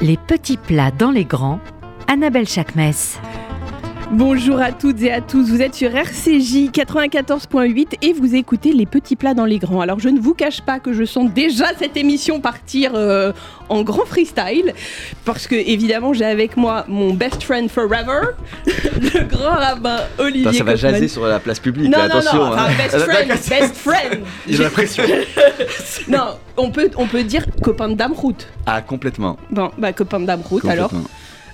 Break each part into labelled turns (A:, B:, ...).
A: Les petits plats dans les grands, Annabelle Chakmes.
B: Bonjour à toutes et à tous, vous êtes sur RCJ 94.8 et vous écoutez Les Petits Plats dans les Grands. Alors je ne vous cache pas que je sens déjà cette émission partir euh, en grand freestyle, parce que évidemment j'ai avec moi mon best friend forever, le grand rabbin Olivier
C: Putain, ça va
B: Kaufmann.
C: jaser sur la place publique,
B: Non,
C: là,
B: non,
C: attention.
B: non, enfin,
C: hein.
B: best friend, best friend.
C: J'ai l'impression.
B: Non, on peut, on peut dire copain de dame route.
C: Ah, complètement.
B: Bon, bah copain de dame route alors.
C: complètement.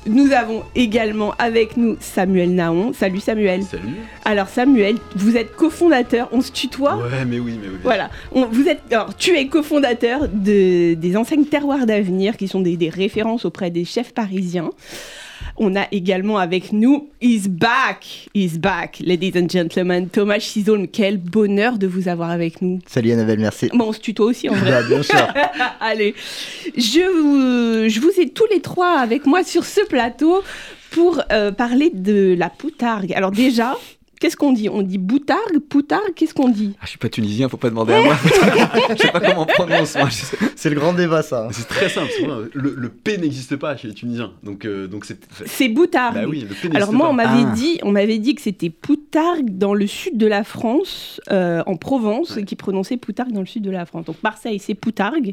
B: Nous avons également avec nous Samuel Naon. Salut Samuel.
D: Salut.
B: Alors Samuel, vous êtes cofondateur, on se tutoie
D: Ouais, mais oui, mais oui.
B: Voilà, On- vous êtes, alors, tu es cofondateur de, des enseignes Terroirs d'Avenir, qui sont des, des références auprès des chefs parisiens. On a également avec nous Is Back, Is Back, ladies and gentlemen, Thomas Chisolm. Quel bonheur de vous avoir avec nous.
E: Salut Annabelle, merci.
B: Bon, on se tutoie aussi en vrai.
E: Bah, bien sûr.
B: Allez, je vous, je vous ai tous les trois avec moi sur ce plateau pour euh, parler de la poutargue. Alors déjà, qu'est-ce qu'on dit On dit boutargue, poutargue, qu'est-ce qu'on dit
C: Ah, je suis pas tunisien, faut pas demander à moi. je sais pas comment on prononce. moi, je sais-
E: C'est le grand débat, ça.
D: C'est très simple. c'est vrai, Le, le P n'existe pas chez les Tunisiens. Donc, euh, donc c'est.
B: C'est boutargue.
D: Bah oui, le P n'existe
B: Ah, Alors moi, on
D: pas.
B: m'avait
E: Ah.
B: dit, on m'avait dit que c'était Poutargue dans le sud de la France, euh, en Provence, qui prononçait Poutargue dans le sud de la France. Donc Marseille, c'est Poutargue,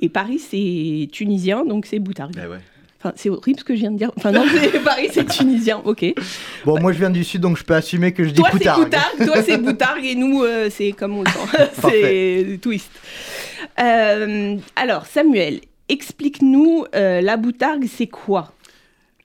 B: et Paris, c'est tunisien, donc c'est Boutargue.
D: Bah ouais.
B: Enfin, c'est horrible ce que je viens de dire. Enfin non, c'est- Paris, c'est tunisien. Ok.
E: Bon, moi je viens du sud, donc je peux assumer que je dis
B: Toi, c'est
E: poutargue.
B: Poutargue, toi, c'est Boutargue, et nous, euh, c'est comme on le sent.
E: Parfait.
B: c'est twist. Euh, alors, Samuel. Explique-nous, euh, la boutargue, c'est quoi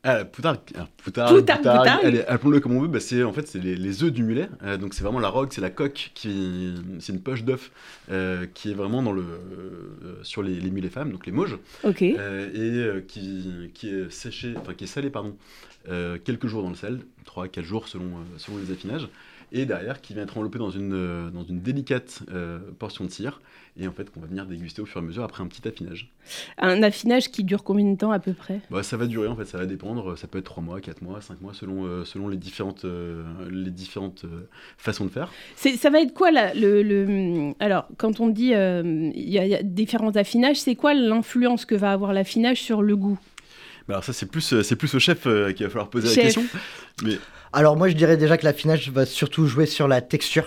D: Ah, la poutargue, alors, poutargue,
B: Poutargue,
D: poutargue,
B: poutargue.
D: allez, appelons-le comme on veut, bah, c'est en fait c'est les, les œufs du mulet, Euh, donc c'est vraiment la rogue, c'est la coque, qui, c'est une poche d'œuf euh, qui est vraiment dans le, euh, sur les, les mulets femmes, donc les mauges,
B: Ok.
D: euh, et euh, qui, qui est séché, enfin qui est salé pardon, euh, quelques jours dans le sel, 3 4 jours selon, euh, selon les affinages, et derrière qui va être enveloppé dans une, euh, dans une délicate euh, portion de cire, et en fait qu'on va venir déguster au fur et à mesure après un petit affinage.
B: Un affinage qui dure combien de temps à peu près
D: Bah, ça va durer en fait, ça va dépendre, ça peut être 3 mois, 4 mois, 5 mois selon, euh, selon les différentes, euh, les différentes euh, façons de faire.
B: C'est- Ça va être quoi là, le, le- Alors, quand on dit euh, il y, a- il y a différents affinages, c'est quoi l'influence que va avoir l'affinage sur le goût
D: Bah, alors ça c'est plus, euh, c'est plus au chef euh, qu'il va falloir poser la
B: Chef.
D: question.
E: Alors, moi je dirais déjà que l'affinage va surtout jouer sur la texture.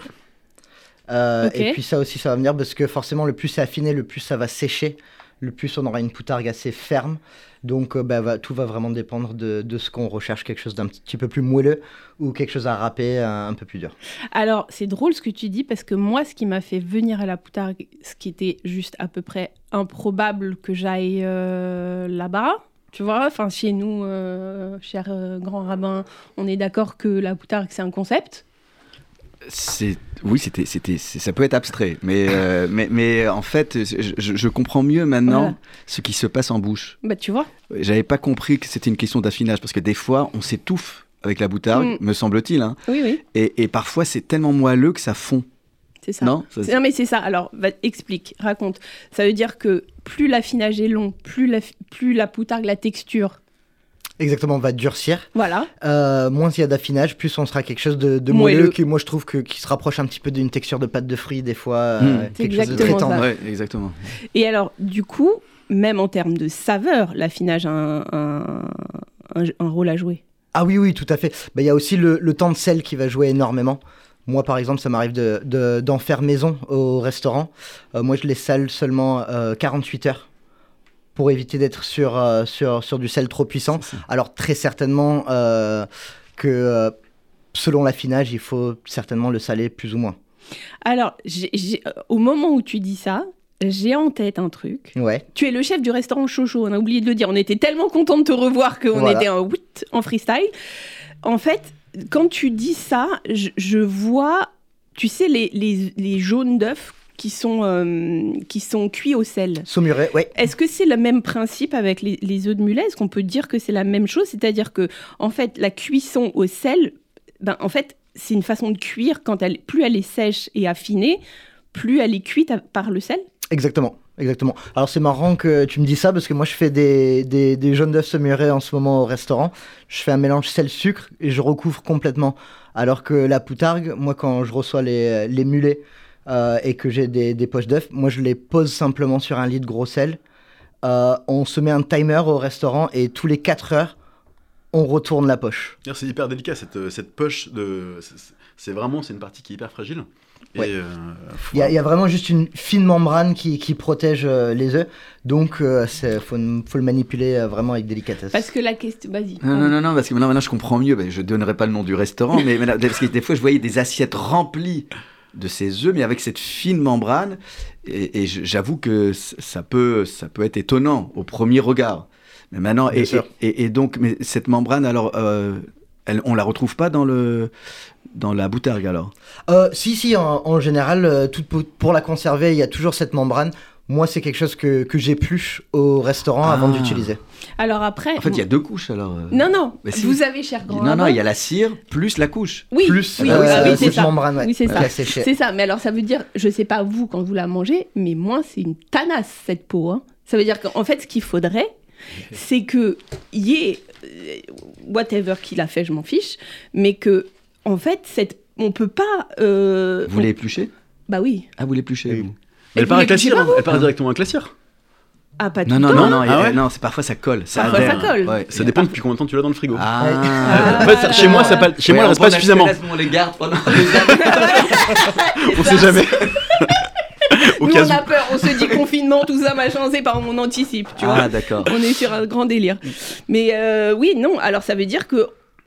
E: Euh,
B: Ok.
E: Et puis ça aussi, ça va venir parce que forcément, le plus c'est affiné, le plus ça va sécher, le plus on aura une poutargue assez ferme. Donc, euh, bah, va- tout va vraiment dépendre de, de ce qu'on recherche, quelque chose d'un petit peu plus moelleux ou quelque chose à râper euh, un peu plus dur.
B: Alors, c'est drôle ce que tu dis parce que moi, ce qui m'a fait venir à la poutargue, ce qui était juste à peu près improbable que j'aille euh, là-bas. Tu vois, enfin, chez nous, euh, cher euh, grand rabbin, on est d'accord que la poutargue, c'est un concept.
C: C'est oui, c'était c'était c'est- ça peut être abstrait, mais euh, mais mais en fait, je, je- je comprends mieux maintenant
B: Voilà.
C: ce qui se passe en bouche.
B: Bah, tu vois.
C: J'avais pas compris que c'était une question d'affinage parce que des fois, on s'étouffe avec la boutarde,
B: Mm.
C: me semble-t-il, hein.
B: Oui, oui,
C: et, et parfois c'est tellement moelleux que ça fond.
B: c'est ça.
C: Non, Ça,
B: C'est- Non mais c'est ça, alors va- explique, raconte. Ça veut dire que plus l'affinage est long, plus la, plus la poutargue, la texture,
E: Exactement, on va durcir.
B: voilà.
E: Euh, moins il y a d'affinage, plus on sera quelque chose de, de
B: Moelleux.
E: moelleux, qui moi je trouve que, qui se rapproche un petit peu d'une texture de pâte de fruits des fois,
C: Mm.
E: euh,
B: C'est
E: quelque chose de très
B: exactement
E: tendre.
B: ça.
C: Ouais, exactement.
B: Et alors du coup, même en termes de saveur, l'affinage a un, un- un- un rôle à jouer.
E: Ah oui oui tout à fait. Bah, Il y a aussi le, le temps de sel qui va jouer énormément. Moi par exemple ça m'arrive de, de- d'en faire maison au restaurant. Euh, moi je les sale seulement euh, 48 heures pour éviter d'être sur, euh, sur, sur du sel trop puissant.
C: C'est ça.
E: Alors très certainement euh, que euh, selon l'affinage il faut certainement le saler plus ou moins.
B: Alors j'ai- j'ai- euh, au moment où tu dis ça, j'ai en tête un truc.
E: Ouais.
B: Tu es le chef du restaurant Chocho, on a oublié de le dire. On était tellement contents de te revoir qu'on
E: Voilà.
B: était en, wit- en freestyle. En fait, quand tu dis ça, je, je vois, tu sais, les, les- les jaunes d'œufs qui, sont, euh, qui sont cuits au sel.
E: Saumuré, ouais.
B: Est-ce que c'est le même principe avec les, les œufs de mulet Est-ce qu'on peut dire que c'est la même chose C'est-à-dire que, en fait, la cuisson au sel, ben, en fait, c'est une façon de cuire. Quand elle, plus elle est sèche et affinée, plus elle est cuite à- par le sel.
E: Exactement, exactement. Alors c'est marrant que tu me dis ça parce que moi je fais des, des, des jaunes d'œufs semurés en ce moment au restaurant. Je fais un mélange sel-sucre et je recouvre complètement. Alors que la poutargue, moi quand je reçois les, les mulets euh, et que j'ai des, des poches d'œufs, moi je les pose simplement sur un lit de gros sel. Euh, on se met un timer au restaurant et tous les 4 heures, on retourne la poche.
D: D'ailleurs, C'est hyper délicat cette, euh, cette poche de. c'est- C'est vraiment c'est une partie qui est hyper fragile. Et,
E: Ouais.
D: euh,
E: Il y, a- il y a vraiment juste une fine membrane qui, qui protège euh, les œufs, donc il faut, faut le manipuler euh, vraiment avec délicatesse.
B: Parce que la question. Vas-y.
E: Ah.
C: Non, non, non, non, parce que maintenant, maintenant je comprends mieux. Ben, je donnerai pas le nom du restaurant, mais maintenant, parce que des fois, je voyais des assiettes remplies de ces œufs, mais avec cette fine membrane. Et, et je- j'avoue que c- ça peut, ça peut être étonnant au premier regard. Mais maintenant,
E: Bien
C: et,
E: sûr.
C: et- et donc, mais cette membrane, alors, euh, elle, on la retrouve pas dans le, dans la boutargue, alors.
E: Euh, si, si, en, en général, euh, tout, pour- pour la conserver, il y a toujours cette membrane. Moi, c'est quelque chose que, que j'épluche au restaurant avant
C: Ah.
E: d'utiliser.
B: Alors après.
C: En fait, il y a deux couches, alors. euh.
B: Non, non,
C: Mais si.
B: vous avez cher grand.
C: Non, non,
B: Avant.
C: il y a la cire plus la couche.
B: Oui,
D: plus,
B: oui,
E: Euh,
B: oui, ah oui, c'est
E: cette
B: ça.
E: membrane, ouais,
B: Oui, c'est
E: qui
B: ça.
E: a séché.
B: C'est ça, mais alors ça veut dire, je sais pas vous quand vous la mangez, mais moi c'est une tanasse cette peau. hein. Ça veut dire qu'en fait ce qu'il faudrait, c'est que y ait euh, whatever qu'il a fait, je m'en fiche, mais que en fait cette, on peut pas. euh,
C: Vous
B: on-
C: l'épluchez
B: Bah oui.
C: Ah, vous l'épluchez
E: Oui.
C: vous
D: Mais elle
B: vous
D: part avec la
B: l'écoutez
D: cire,
B: pas,
D: hein. elle part directement avec la cire.
B: Ah pas
C: Non,
B: tout
C: non,
B: le temps.
C: non, non, il y a-
D: Ah ouais
C: non, c'est parfois ça colle. Ça
B: Parfois, ça
C: adhère.
B: colle.
C: Ouais,
D: Ça
C: et-
D: dépend depuis combien de temps tu l'as dans le frigo. Euh,
C: Ah.
D: En fait, ça- chez moi, ça pas- chez moi, elle reste pas suffisamment.
C: On les garde pendant des années.
D: On sait jamais. Au
B: Bah, Nous
D: cas
B: on
D: où.
B: a peur, on se dit confinement, tout ça, machin, c'est pas, on anticipe, tu vois.
C: Ah, d'accord.
B: On est sur un grand délire. Mais euh, oui, non, alors ça veut dire que,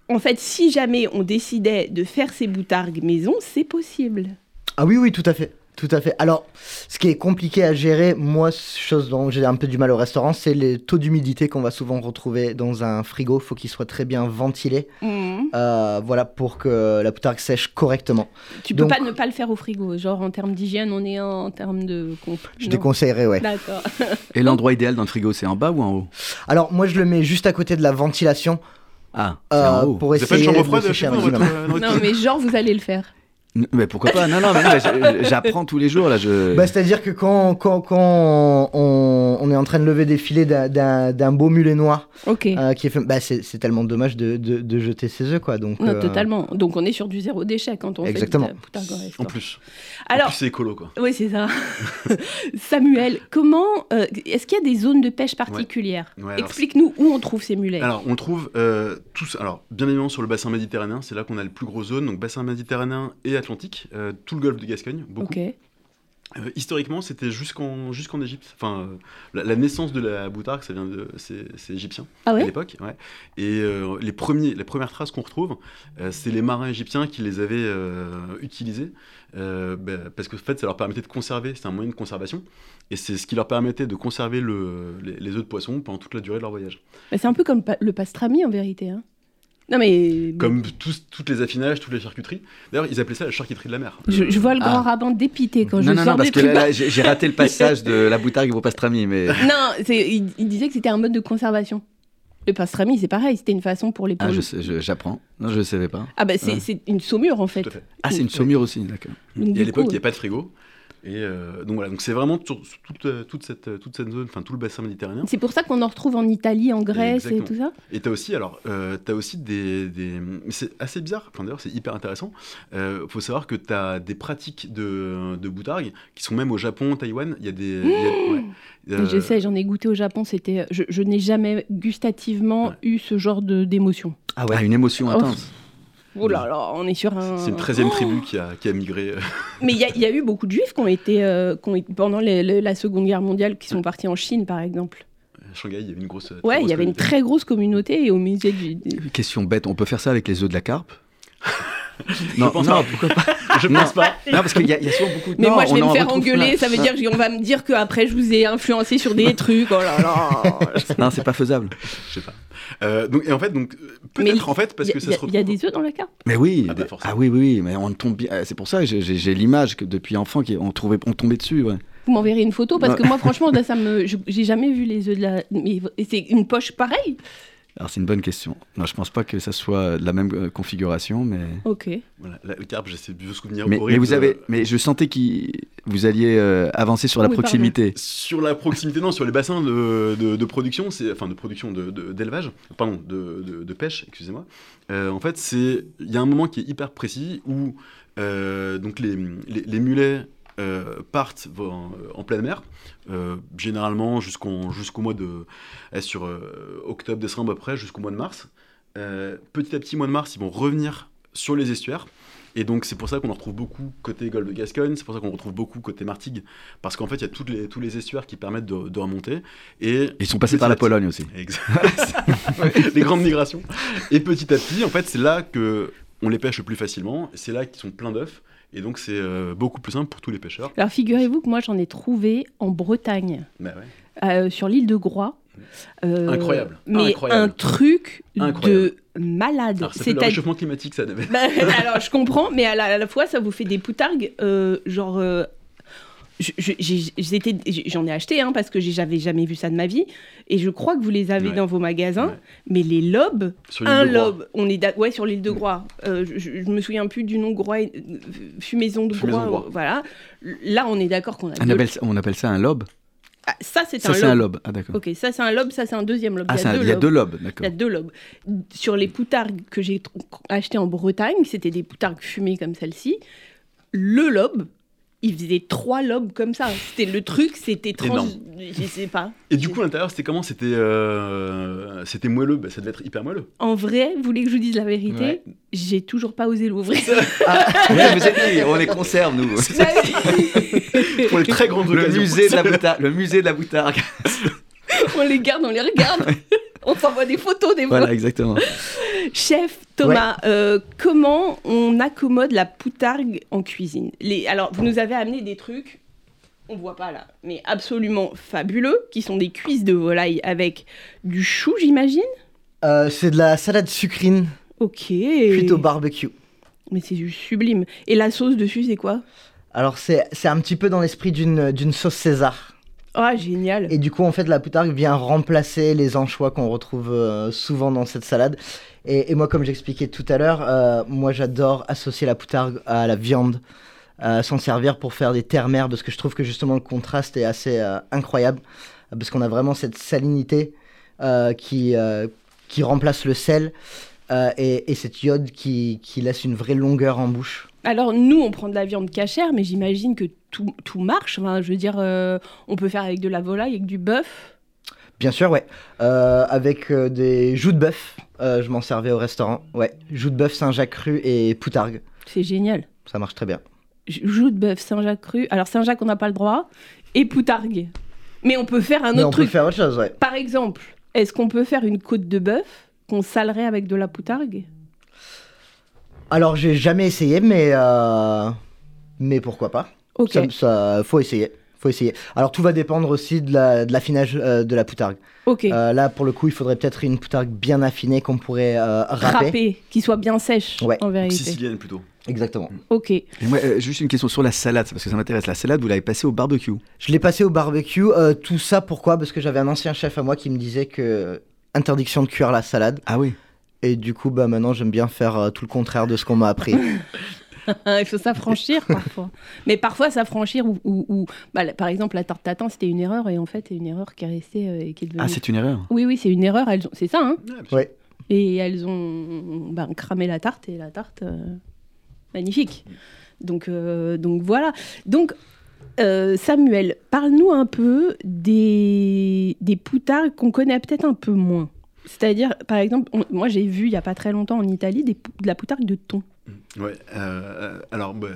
B: en fait, si jamais on décidait de faire ces boutargues maison, c'est possible.
E: Ah oui, oui, tout à fait. Tout à fait. Alors, ce qui est compliqué à gérer, moi, chose dont j'ai un peu du mal au restaurant, c'est les taux d'humidité qu'on va souvent retrouver dans un frigo. faut qu'il soit très bien ventilé,
B: Mhm.
E: euh, voilà, pour que la poutargue sèche correctement.
B: Tu peux
E: Donc-
B: pas ne pas le faire au frigo. Genre, en termes d'hygiène, on est en, en termes de. comp-
E: Je
B: non.
E: déconseillerais, ouais.
B: D'accord.
C: Et l'endroit idéal dans le frigo, c'est en bas ou en haut
E: Alors, moi, je le mets juste à côté de la ventilation
C: Ah, c'est
E: euh,
C: en haut.
E: pour
D: Vous avez pas une
E: essayer de
D: chambre
E: le
D: froide
E: sécher
D: chez
E: un
D: vous dans
E: maximum.
D: votre- dans votre
B: Non, mais genre, vous allez le faire.
C: N- Mais pourquoi pas Non, non, mais non, mais je- je- j'apprends tous les jours, là. Je...
E: Bah, C'est-à-dire que quand, quand, quand on, on est en train de lever des filets d'un- d'un d'un beau mulet noir
B: Ok.
E: euh, qui est fait, bah, c'est c'est tellement dommage de, de- de jeter ses œufs quoi. Donc,
B: Non,
E: euh,
B: totalement. Donc, on est sur du zéro déchet quand on
E: Exactement.
B: fait de la boutargue au resto.
D: En plus. En
B: Alors,
D: plus, c'est écolo, quoi.
B: oui, c'est ça. Samuel, comment. euh, Est-ce qu'il y a des zones de pêche particulières
D: Ouais, alors,
B: Explique-nous où on trouve ces mulets.
D: Alors, on le trouve euh, tous. Alors, bien évidemment, sur le bassin méditerranéen, c'est là qu'on a le plus gros zone. Donc, bassin méditerranéen et Atlantique, euh, tout le golfe de Gascogne, beaucoup.
B: ok.
D: Euh, historiquement, c'était jusqu'en jusqu'en Égypte. Enfin, euh, la, la naissance de la boutargue, ça vient de c'est c'est égyptien
B: Ah
D: à
B: ouais
D: l'époque. ouais. Et euh, les premiers, les premières traces qu'on retrouve, euh, c'est les marins égyptiens qui les avaient euh, utilisées euh, bah, parce que en fait, ça leur permettait de conserver. C'est un moyen de conservation et c'est ce qui leur permettait de conserver le, les, les œufs de poisson pendant toute la durée de leur voyage.
B: Bah, c'est un peu comme pa- le pastrami en vérité. hein. Non mais.
D: Comme tous, toutes les affinages, toutes les charcuteries. D'ailleurs, ils appelaient ça la charcuterie de la mer.
B: Je, je vois le grand
C: Ah.
B: rabbin dépité quand je
C: non, non,
B: sors
C: non,
B: des
C: parce que là,
B: trucs.
C: là, j'ai j'ai raté le passage de la boutargue au pastrami, mais.
B: Non, c'est- il, il disait que c'était un mode de conservation. Le pastrami, c'est pareil, c'était une façon pour les
C: Ah,
B: pauvres.
C: je sais- je- j'apprends. Non, je ne savais pas.
B: Ah bah c'est
C: Ouais.
B: c'est une saumure en fait.
D: Tout à fait.
C: Ah, c'est une saumure aussi, d'accord.
B: Donc,
D: Et à
B: du
D: l'époque,
B: coup,
D: il n'y avait pas de frigo. Et euh, donc voilà, donc c'est vraiment sur- sur toute, euh, toute cette, euh, toute cette zone, enfin tout le bassin méditerranéen.
B: C'est pour ça qu'on en retrouve en Italie, en Grèce et
D: Exactement.
B: tout ça.
D: Et t'as aussi, alors, euh, t'as aussi des, des- mais c'est assez bizarre. Enfin d'ailleurs, c'est hyper intéressant. Euh, faut savoir que t'as des pratiques de, de boutargue qui sont même au Japon, Taïwan. Il y a des, il y a- ouais. Euh,
B: Mmh Je sais, j'en ai goûté au Japon. C'était, je, je n'ai jamais gustativement
D: Ouais.
B: eu ce genre de d'émotion.
C: Ah ouais. une émotion
B: Oh.
C: intense.
B: Oh là là, on est sur un.
D: Euh, C'est une 13e
B: Oh
D: tribu qui a, qui a migré. euh,
B: Mais il y, a- il y a eu beaucoup de juifs qui ont été euh, qui ont été- pendant les- les- la Seconde Guerre mondiale qui sont partis en Chine par exemple.
D: À Shanghai, il y avait une grosse. très
B: Ouais, il
D: grosse
B: y avait une
D: communauté.
B: très grosse communauté et au musée du. du-
C: Question bête, on peut faire ça avec les œufs de la carpe Non,
D: pense
C: non, pourquoi pas
D: Je
C: Non.
D: pense pas.
C: Non, parce qu'il y, a- il y a souvent beaucoup de.
B: Mais
C: Non,
B: moi, je
C: on
B: vais me
C: en
B: faire
C: retrouve plein.
B: engueuler. Ça veut
C: Non.
B: dire qu'on va me dire que après, je vous ai influencé sur des trucs. Oh là là.
C: Non, c'est pas faisable.
D: Je sais pas. Euh, donc, et en fait, donc euh,
B: Mais
D: peut-être en fait
B: Il
D: parce
B: y a-
D: que
B: il
D: ça
B: y, a-
D: se retrouve.
B: il y a des œufs dans la carte.
C: Mais oui,
D: Ah bah,
C: des-
D: forcément.
C: ah oui, oui, oui, mais on tombe bien. euh, C'est pour ça que j'ai- j'ai j'ai l'image que depuis enfant qu'on tombait, on tombait dessus. ouais.
B: Vous m'enverrez une photo parce
C: Ouais.
B: que moi, franchement, là, ça me, je- j'ai jamais vu les œufs de la. Mais et c'est une poche pareille.
C: Alors c'est une bonne question. Non, je pense pas que ça soit de la même euh, configuration, mais
B: Ok.
D: Voilà, la, la carpe, j'ai ces vieux souvenirs
C: mais,
D: horribles.
C: mais vous avez, mais je sentais que vous alliez euh, avancer sur la
B: Oui,
C: proximité.
D: Sur la proximité, non, sur les bassins de, de- de production, c'est enfin de production de- de- d'élevage, pardon, de, de- de pêche, excusez-moi. Euh, en fait, c'est il y a un moment qui est hyper précis où euh, donc les, les, les mulets euh, partent en, en pleine mer, euh, généralement jusqu'au jusqu'au mois de. euh, sur euh, octobre, décembre après, jusqu'au mois de mars. Euh, petit à petit, mois de mars, ils vont revenir sur les estuaires. Et donc, c'est pour ça qu'on en retrouve beaucoup côté Golfe de Gascogne, c'est pour ça qu'on en retrouve beaucoup côté Martigues, parce qu'en fait, il y a toutes les, tous les estuaires qui permettent de, de remonter. Et
C: Ils sont passés par la Pologne aussi.
D: Exact. les grandes migrations. Et petit à petit, en fait, c'est là que on les pêche le plus facilement. C'est là qu'ils sont pleins d'œufs. Et donc, c'est euh, beaucoup plus simple pour tous les pêcheurs.
B: Alors figurez-vous que moi j'en ai trouvé en Bretagne,
D: Bah ouais.
B: euh, sur l'île de Groix. Euh,
D: Incroyable,
B: Mais
D: incroyable.
B: un truc
D: Incroyable.
B: de malade.
D: Alors, ça s'appelle le
B: C'est-à-
D: réchauffement climatique, ça, Annabelle.
B: Bah, alors je comprends, mais à la, à la fois ça vous fait des poutargues, euh, genre. euh, je- je- j'ai- j'étais- J'en ai acheté hein, parce que j'ai- j'avais jamais vu ça de ma vie et je crois que vous les avez
D: Ouais.
B: dans vos magasins.
D: Ouais.
B: Mais les lobes,
D: Sur l'île
B: un
D: de Groix.
B: lobe, on est d'ac- ouais sur l'île de Groix. Euh, je, je- je me souviens plus du nom Groix, et- euh, fumaison de Groix.
D: Fumaison de Groix.
B: euh, Voilà. Là on est d'accord qu'on a.
C: On
B: deux-
C: appelle, ça- on appelle ça un lobe
B: Ah, ça Ah, c'est
C: Ça,
B: un
C: c'est un
B: lobe.
C: lobe. Ah, d'accord.
B: Ok, ça c'est un lobe, ça c'est un deuxième lobe.
C: Ah,
B: il y
C: c'est
B: a
C: un-
B: deux
C: il y a
B: lobes.
C: deux lobes,
B: Il y
C: d'accord.
B: a deux lobes. Sur les poutargues que j'ai tr- achetées en Bretagne, c'était des poutargues fumées comme celle-ci. Le lobe, il faisait trois lobes comme ça. C'était le truc, c'était trans.
D: Énorme.
B: Je sais pas.
D: Et du coup, l'intérieur, c'était comment C'était euh, c'était moelleux. Bah, ça devait être hyper moelleux.
B: En vrai, vous voulez que je vous dise la vérité
E: Ouais.
B: J'ai toujours pas osé l'ouvrir.
C: Ouais, mais c'est- on les conserve, nous.
B: Bah
D: Pour les très grandes
C: Le
D: occasions.
C: musée, de la boutargue, le musée de la boutargue.
B: on les garde, on les regarde. on s'envoie des photos des fois.
C: Voilà, exactement.
B: Chef Thomas, euh, comment on accommode la poutargue en cuisine Les- Alors, vous nous avez amené des trucs, on voit pas là, mais absolument fabuleux, qui sont des cuisses de volaille avec du chou, j'imagine
E: Euh, c'est de la salade sucrine
B: Ok.
E: plutôt barbecue.
B: Mais c'est du sublime. Et la sauce dessus, c'est quoi
E: Alors c'est c'est un petit peu dans l'esprit d'une d'une sauce César.
B: Ah, génial.
E: Et du coup, en fait, la poutargue vient remplacer les anchois qu'on retrouve euh, souvent dans cette salade. Et, et moi, comme j'expliquais tout à l'heure, euh, moi j'adore associer la poutargue à la viande, euh, s'en servir pour faire des terres-mères, parce que je trouve que justement le contraste est assez euh, incroyable, euh, parce qu'on a vraiment cette salinité euh, qui, euh, qui remplace le sel. euh, et, et cette iode qui, qui laisse une vraie longueur en bouche.
B: Alors, nous, on prend de la viande cachère, mais j'imagine que tout, tout marche. Enfin, je veux dire, euh, on peut faire avec de la volaille, avec du bœuf.
E: Bien sûr, ouais. Euh, avec euh, des joues de bœuf, euh, je m'en servais au restaurant. Ouais, joues de bœuf Saint-Jacques cru et poutargue.
B: C'est génial.
E: Ça marche très bien.
B: Joue de bœuf, Saint-Jacques cru. Alors Saint-Jacques, on n'a pas le droit. Et poutargue. Mais on peut faire un
E: Mais
B: autre
E: on
B: truc.
E: peut faire autre chose, ouais.
B: Par exemple, est-ce qu'on peut faire une côte de bœuf qu'on salerait avec de la poutargue
E: Alors, j'ai jamais essayé, mais euh, mais pourquoi pas
B: Ok.
E: ça, ça- faut essayer, faut essayer. Alors, tout va dépendre aussi de la- de l'affinage euh, de la poutargue.
B: Ok.
E: Euh, là, pour le coup, il faudrait peut-être une poutargue bien affinée qu'on pourrait euh, râper.
B: Râpée, qui soit bien sèche
E: Ouais.
B: en vérité.
D: Sicilienne plutôt.
E: Exactement.
B: Ok.
C: Et moi, euh, juste une question sur la salade, parce que ça m'intéresse. La salade, vous l'avez passée au barbecue.
E: Je l'ai passé au barbecue. euh, tout ça pourquoi Parce que j'avais un ancien chef à moi qui me disait que interdiction de cuire la salade.
C: Ah oui.
E: Et du coup, bah maintenant, j'aime bien faire euh, tout le contraire de ce qu'on m'a appris.
B: Il faut s'affranchir parfois. Mais parfois s'affranchir ou, ou- ou- bah, la- par exemple la tarte tatin c'était une erreur et en fait c'est une erreur qui est restée euh, et qui est devenue.
C: Ah, c'est une erreur.
B: oui oui c'est une erreur. Elles ont... C'est ça hein.
D: Ouais, bien sûr.
E: ouais.
B: Et elles ont ben, cramé la tarte et la tarte, euh, magnifique. Donc, euh, donc voilà. Donc euh, Samuel, parle-nous un peu des, des poutargues qu'on connaît peut-être un peu moins. C'est-à-dire, par exemple, on- moi j'ai vu il n'y a pas très longtemps en Italie des pou- de la poutargue de thon.
D: Ouais, euh, alors, bah,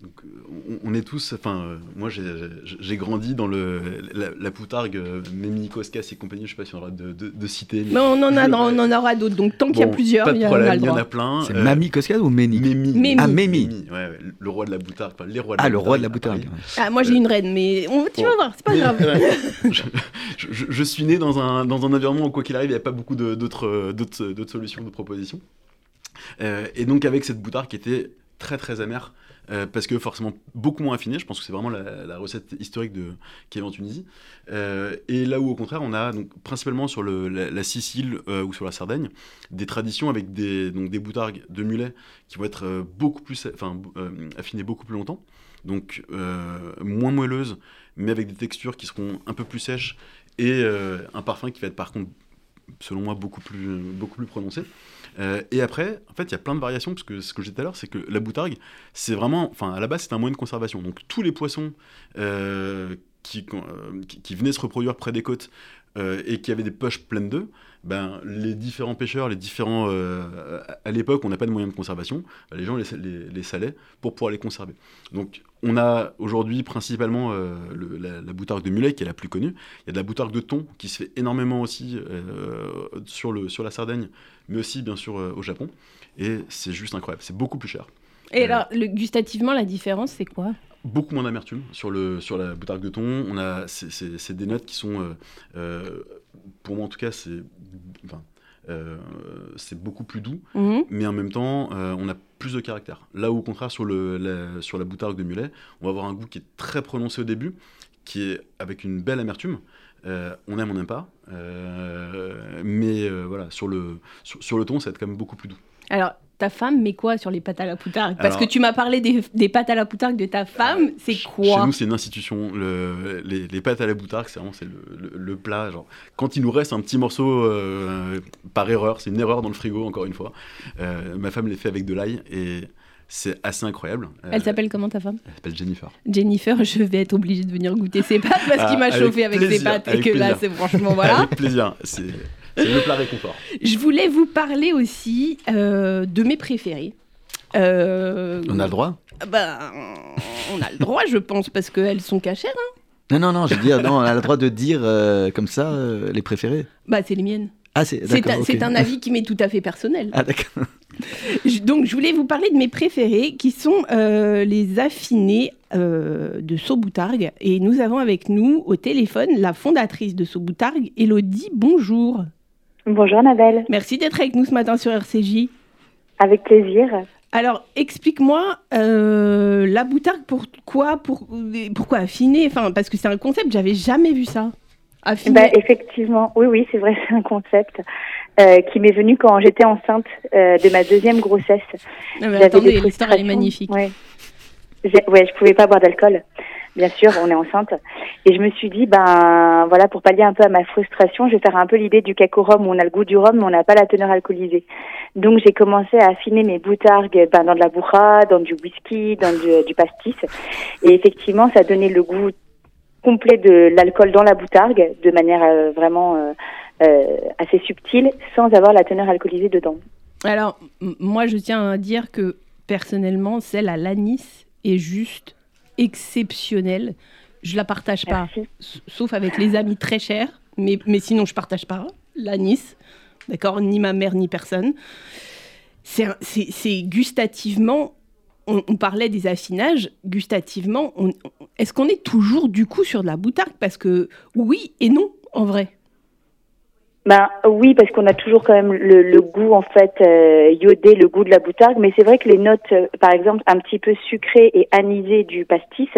D: donc, euh, on, on est tous. Enfin, euh, moi, j'ai- j'ai j'ai grandi dans le, la, la poutargue, euh, Mimi Koskas et compagnie, je sais pas si on aura de, de, de citer.
B: Mais on en, a, on en aura d'autres, donc tant qu'il y a
D: Bon,
B: plusieurs,
D: pas de
B: il y, en
D: problème,
B: a le
D: il y en
B: droit.
D: a plein.
C: C'est
D: Euh,
C: Mamie Coscade ou Méni
D: Mémi.
B: Mémi.
C: Ah, Mémi.
D: ouais, ouais, le roi de la boutargue, enfin, les rois de la
C: Ah, le roi de la
D: à Paris.
C: boutargue.
B: Ah, moi j'ai une reine, mais on, tu
D: Bon.
B: vas voir, c'est pas
D: Mais,
B: grave.
D: ouais, je, je- je suis né dans un, dans un environnement où, quoi qu'il arrive, il n'y a pas beaucoup de- d'autres euh, d'autres- d'autres solutions, d'autres propositions. Euh, et donc, avec cette boutarde qui était très très amère, euh, parce que forcément beaucoup moins affinée, je pense que c'est vraiment la, la recette historique de, qui est en Tunisie. Euh, et là où, au contraire, on a donc, principalement sur le- la, la Sicile euh, ou sur la Sardaigne, des traditions avec des, donc, des boutargues de mulet qui vont être euh, beaucoup plus, enfin, euh, affinées beaucoup plus longtemps. Donc, euh, moins moelleuses, mais avec des textures qui seront un peu plus sèches et euh, un parfum qui va être par contre selon moi, beaucoup plus, beaucoup plus prononcée. Euh, et après, en fait, il y a plein de variations, parce que ce que j'ai dit tout à l'heure, c'est que la boutargue, c'est vraiment, enfin, à la base, c'est un moyen de conservation. Donc, tous les poissons euh, qui, euh, qui, qui venaient se reproduire près des côtes euh, et qui avaient des poches pleines d'œufs, ben, les différents pêcheurs, les différents. euh, à l'époque, on n'a pas de moyens de conservation, ben, les gens les, les- les salaient pour pouvoir les conserver. Donc, on a aujourd'hui principalement euh, le- la, la boutargue de mulet, qui est la plus connue. Il y a de la boutargue de thon, qui se fait énormément aussi euh, sur, le, sur la Sardaigne, mais aussi, bien sûr, euh, au Japon. Et c'est juste incroyable. C'est beaucoup plus cher.
B: Et
D: Euh,
B: alors, le- gustativement, la différence, c'est quoi
D: Beaucoup moins d'amertume sur, le, sur la boutargue de thon. On a, c'est, c'est- c'est des notes qui sont, euh, euh, pour moi en tout cas, c'est, enfin, euh, c'est beaucoup plus doux,
B: Mhm.
D: mais en même temps, euh, on a plus de caractère. Là où, au contraire, sur, le, la, sur la boutargue de mulet, on va avoir un goût qui est très prononcé au début, qui est avec une belle amertume. Euh, on aime, on n'aime pas. Euh, mais euh, voilà, sur le, sur, sur le thon, ça va être quand même beaucoup plus doux.
B: Alors, ta femme met quoi sur les pâtes à la poutargue Parce
D: Alors-
B: que tu m'as parlé des, des pâtes à la poutargue de ta femme, c'est
D: Ch- Chez
B: quoi
D: nous, c'est une institution. Le- les, les pâtes à la boutargue, c'est vraiment c'est le, le- le plat. Genre, quand il nous reste un petit morceau euh, par erreur, c'est une erreur dans le frigo, encore une fois. euh, ma femme les fait avec de l'ail et c'est assez incroyable. Euh,
B: Elle s'appelle comment ta femme
D: elle s'appelle Jennifer.
B: Jennifer, je vais être obligée de venir goûter ses pâtes parce qu'il
D: Ah,
B: m'a
D: avec
B: chauffé avec ses
D: plaisir,
B: pâtes et
D: avec
B: que là,
D: plaisir. Ah
B: c'est franchement voilà.
D: Avec plaisir. C'est c'est le plat réconfort.
B: Je voulais vous parler aussi euh, de mes préférés. Euh,
C: On a le droit
B: bah, on a le droit, je pense, parce qu'elles sont cachères. hein.
C: Non, non, non, je veux dire, non, on a le droit de dire euh, comme ça euh, les préférés.
B: Bah, c'est les miennes.
C: Ah, c'est
B: C'est
C: d'accord,
B: un,
C: ok.
B: c'est un avis qui m'est tout à fait personnel.
C: Ah, d'accord.
B: Je- donc, je voulais vous parler de mes préférés, qui sont euh, les affinés euh, de Sauboutargue. Et nous avons avec nous au téléphone la fondatrice de Sauboutargue, Elodie. Bonjour.
F: Bonjour Annabelle,
B: Merci d'être avec nous ce matin sur RCJ.
F: avec plaisir.
B: Alors, explique-moi euh, la boutargue, pourquoi, pour, pourquoi affiner enfin, Parce que c'est un concept, j'avais jamais vu ça. Affiner.
F: Bah, effectivement, oui, oui, c'est vrai, c'est un concept euh, qui m'est venu quand j'étais enceinte euh, de ma deuxième grossesse.
B: Non, Ah, mais
F: J'avais
B: attendez,
F: des
B: l'histoire, elle est
F: frustrations.
B: magnifique.
F: Ouais. J'ai- ouais, je pouvais pas boire d'alcool. Bien sûr, on est enceinte. Et je me suis dit, ben voilà, pour pallier un peu à ma frustration, je vais faire un peu l'idée du cacao rhum où on a le goût du rhum mais on n'a pas la teneur alcoolisée. Donc j'ai commencé à affiner mes boutargues ben, dans de la bourra, dans du whisky, dans du, du pastis. Et effectivement, ça donnait le goût complet de l'alcool dans la boutargue de manière euh, vraiment euh, euh, assez subtile sans avoir la teneur alcoolisée dedans.
B: Alors, m- moi, je tiens à dire que personnellement, celle à l'anis est juste exceptionnelle. Je la partage pas,
F: Merci.
B: s- sauf avec les amis très chers, mais, mais sinon, je partage pas l'anis. D'accord Ni ma mère, ni personne. C'est un- C'est c'est gustativement. On, on parlait des affinages. Gustativement, on- on- est-ce qu'on est toujours du coup sur de la boutargue Parce que oui et non, en vrai.
F: Ben oui, parce qu'on a toujours quand même le, le goût en fait euh, iodé, le goût de la boutargue, mais c'est vrai que les notes, euh, par exemple, un petit peu sucrées et anisées du pastis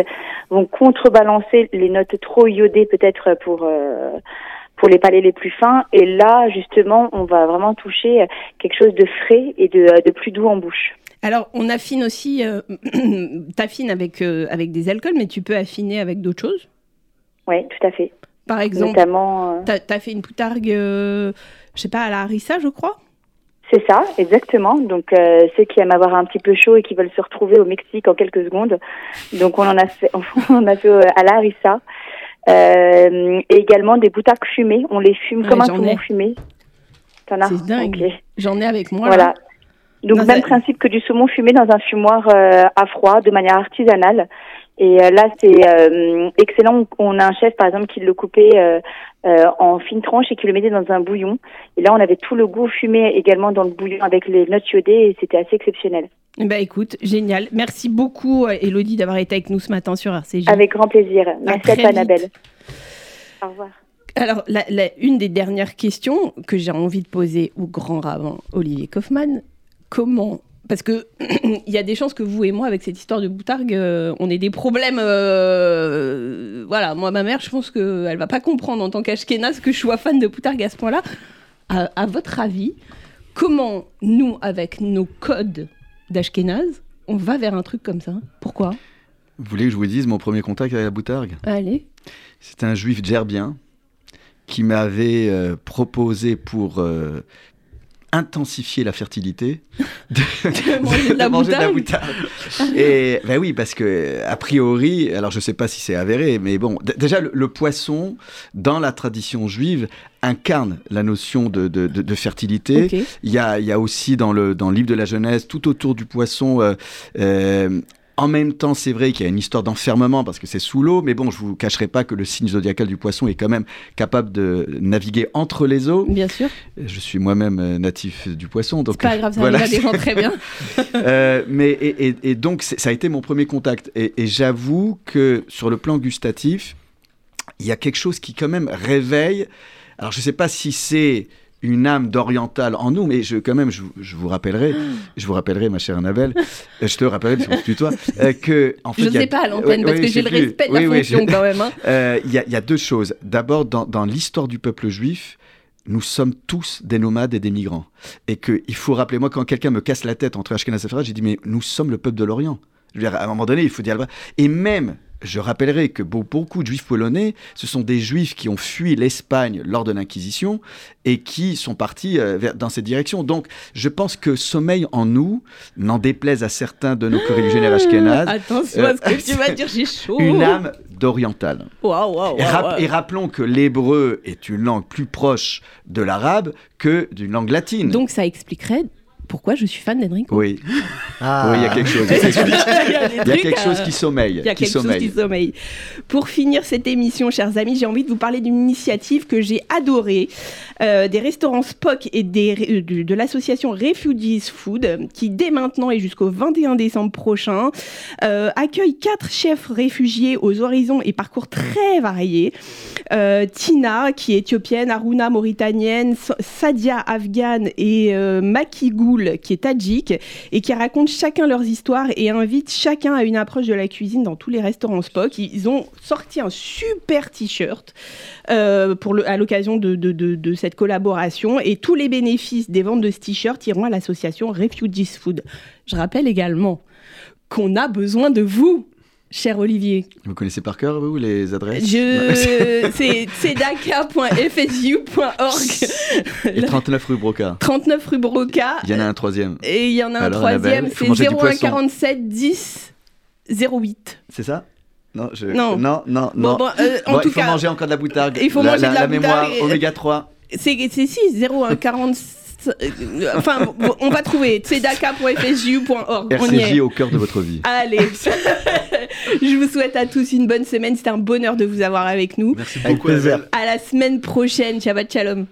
F: vont contrebalancer les notes trop iodées peut-être pour euh, pour les palais les plus fins. Et là, justement, on va vraiment toucher euh, quelque chose de frais et de, euh, de plus doux en bouche.
B: Alors, on affine aussi, euh, t'affines avec, euh, avec des alcools, mais tu peux affiner avec d'autres choses.
F: Oui, tout à fait.
B: Par exemple,
F: Notamment, euh,
B: t'as as fait une poutargue, euh, je sais pas, à la harissa, je crois.
F: c'est ça, exactement. Donc euh, ceux qui aiment avoir un petit peu chaud et qui veulent se retrouver au Mexique en quelques secondes. Donc on en a fait, on en a fait euh, à la harissa. Euh, et également des boutards fumés. On les fume
B: Ouais,
F: comme un
B: j'en ai.
F: saumon fumé. T'en as
B: C'est dingue.
F: Ok.
B: J'en ai avec moi.
F: Voilà.
B: là.
F: Donc
B: Dans un-
F: même principe que du saumon fumé dans un fumoir euh, à froid de manière artisanale. Et euh, là c'est euh, excellent. On a un chef par exemple qui le coupait euh, euh, en fines tranches et qui le mettait dans un bouillon. Et là on avait tout le goût fumé également dans le bouillon avec les notes iodées et c'était assez exceptionnel.
B: Eh Ben écoute, génial. Merci beaucoup, euh, Elodie, d'avoir été avec nous ce matin sur RCJ.
F: Avec grand plaisir. Merci à,
B: très
F: toi
B: vite.
F: Annabelle. Au revoir.
B: Alors, la- la- une des dernières questions que j'ai envie de poser au grand rabbin Olivier Kaufmann, comment Parce que il y a des chances que vous et moi, avec cette histoire de boutargue, euh, on ait des problèmes. euh, voilà, moi, ma mère, je pense qu'elle va pas comprendre en tant qu'Ashkénaze que je sois fan de boutargue à ce point-là. À, à votre avis, comment nous, avec nos codes d'Ashkénaze, on va vers un truc comme ça Pourquoi
C: Vous voulez que je vous dise mon premier contact avec la boutargue
B: Allez.
C: C'est un juif djerbien qui m'avait euh, proposé pour euh, intensifier la fertilité
B: De manger de la
C: moutarde. Et ben oui, parce que a priori, alors je sais pas si c'est avéré, mais bon, d- déjà le, le poisson dans la tradition juive incarne la notion de, de- de- de fertilité.
B: Ok.
C: Il y a, il y a aussi dans le, dans le livre de la Genèse, tout autour du poisson. euh, euh, en même temps, c'est vrai qu'il y a une histoire d'enfermement parce que c'est sous l'eau, mais bon, je vous cacherai pas que le signe zodiacal du poisson est quand même capable de naviguer entre les eaux.
B: Bien sûr.
C: Je suis moi-même euh, natif du poisson, donc
B: C'est pas grave, ça
C: voilà.
B: arrive à des gens très bien.
C: Euh, mais et, et- et donc c'est- ça a été mon premier contact. Et, et j'avoue que sur le plan gustatif, il y a quelque chose qui quand même réveille. Alors je sais pas si c'est une âme d'oriental en nous, mais je, quand même, je, vous- je vous rappellerai, je vous rappellerai, ma chère Annabelle, euh, je te rappellerai, parce qu'on se tutoie, euh, que... En fait,
B: Je
C: il y a-
B: sais pas à l'antenne
C: Ouais,
B: parce
C: ouais,
B: que
C: je
B: j'ai
C: sais
B: le
C: plus.
B: respect de
C: Oui,
B: la
C: oui, je-
B: fonction quand même. hein.
C: euh, Il y, a- il y a deux choses. D'abord, dans, dans l'histoire du peuple juif, nous sommes tous des nomades et des migrants. Et que il faut rappeler, moi, quand quelqu'un me casse la tête entre Ashkenaz et Sepharad, j'ai dit, mais nous sommes le peuple de l'Orient. Je veux dire, à un moment donné, il faut dire. le vrai. Et même. Je rappellerai que beau- beaucoup de juifs polonais, ce sont des juifs qui ont fui l'Espagne lors de l'Inquisition et qui sont partis euh, vers- dans cette direction. Donc, je pense que sommeil en nous, n'en déplaise à certains de nos
B: Ah,
C: corréligionnaires ashkénazes,
B: Attention à ce que tu vas dire, j'ai chaud.
C: euh, une âme d'oriental.
B: Waouh, waouh,
C: Et,
B: waouh,
C: rap-
B: waouh.
C: et rappelons que l'hébreu est une langue plus proche de l'arabe que d'une langue latine.
B: Donc ça expliquerait pourquoi je suis fan d'Enrico.
C: oui, oui, il
E: Ah.
C: y a quelque chose.
B: Il y a, des
C: Il y a
B: trucs
C: quelque
B: à-
C: chose qui sommeille.
B: Il y a
C: qui
B: quelque chose qui
C: sommeille.
B: sommeille. Pour finir cette émission, chers amis, j'ai envie de vous parler d'une initiative que j'ai adorée, euh, des restaurants Spock et des, euh, de, de l'association Refugees Food, euh, qui dès maintenant et jusqu'au 21 décembre prochain euh, accueille quatre chefs réfugiés aux horizons et parcours très variés. Euh, Tina, qui est éthiopienne, Aruna, mauritanienne, S- Sadia, afghane, et euh, Maki Goul, qui est tadjik et qui racontent chacun leurs histoires et invitent chacun à une approche de la cuisine dans tous les restaurants Spock. Ils ont sorti un super t-shirt euh, pour le- à l'occasion de, de- de- de cette collaboration et tous les bénéfices des ventes de ce t-shirt iront à l'association Refugees Food. Je rappelle également qu'on a besoin de vous. Cher Olivier,
C: Vous connaissez par cœur, vous, les adresses
B: je... c'est cedaka.fsu.org,
C: Et 39 rue Broca.
B: 39 rue Broca.
C: Il y en a un troisième,
B: Et il y en a un
C: Alors,
B: troisième,
C: Annabelle, il faut
B: c'est
C: manger du
B: 01
C: poisson.
B: 47 10 08.
C: c'est ça non, je-
B: Non.
C: non, non,
B: Bon,
C: non.
B: bon, euh, en
C: Bon,
B: tout
C: il faut
B: cas,
C: manger encore de la boutargue.
B: il faut
C: la,
B: manger
C: la-
B: de la
C: la mémoire,
B: boutargue et-
C: oméga 3.
B: c'est c'est si 01 47 euh, Enfin, bon, on va trouver tzedaka.fsju.org. On y
C: RCJ
B: est.
C: au cœur de votre vie.
B: Allez, je vous souhaite à tous une bonne semaine. C'était un bonheur de vous avoir avec nous.
D: Merci
E: Avec
D: beaucoup,
E: plaisir.
D: Annabelle.
B: À la semaine prochaine. Shabbat shalom.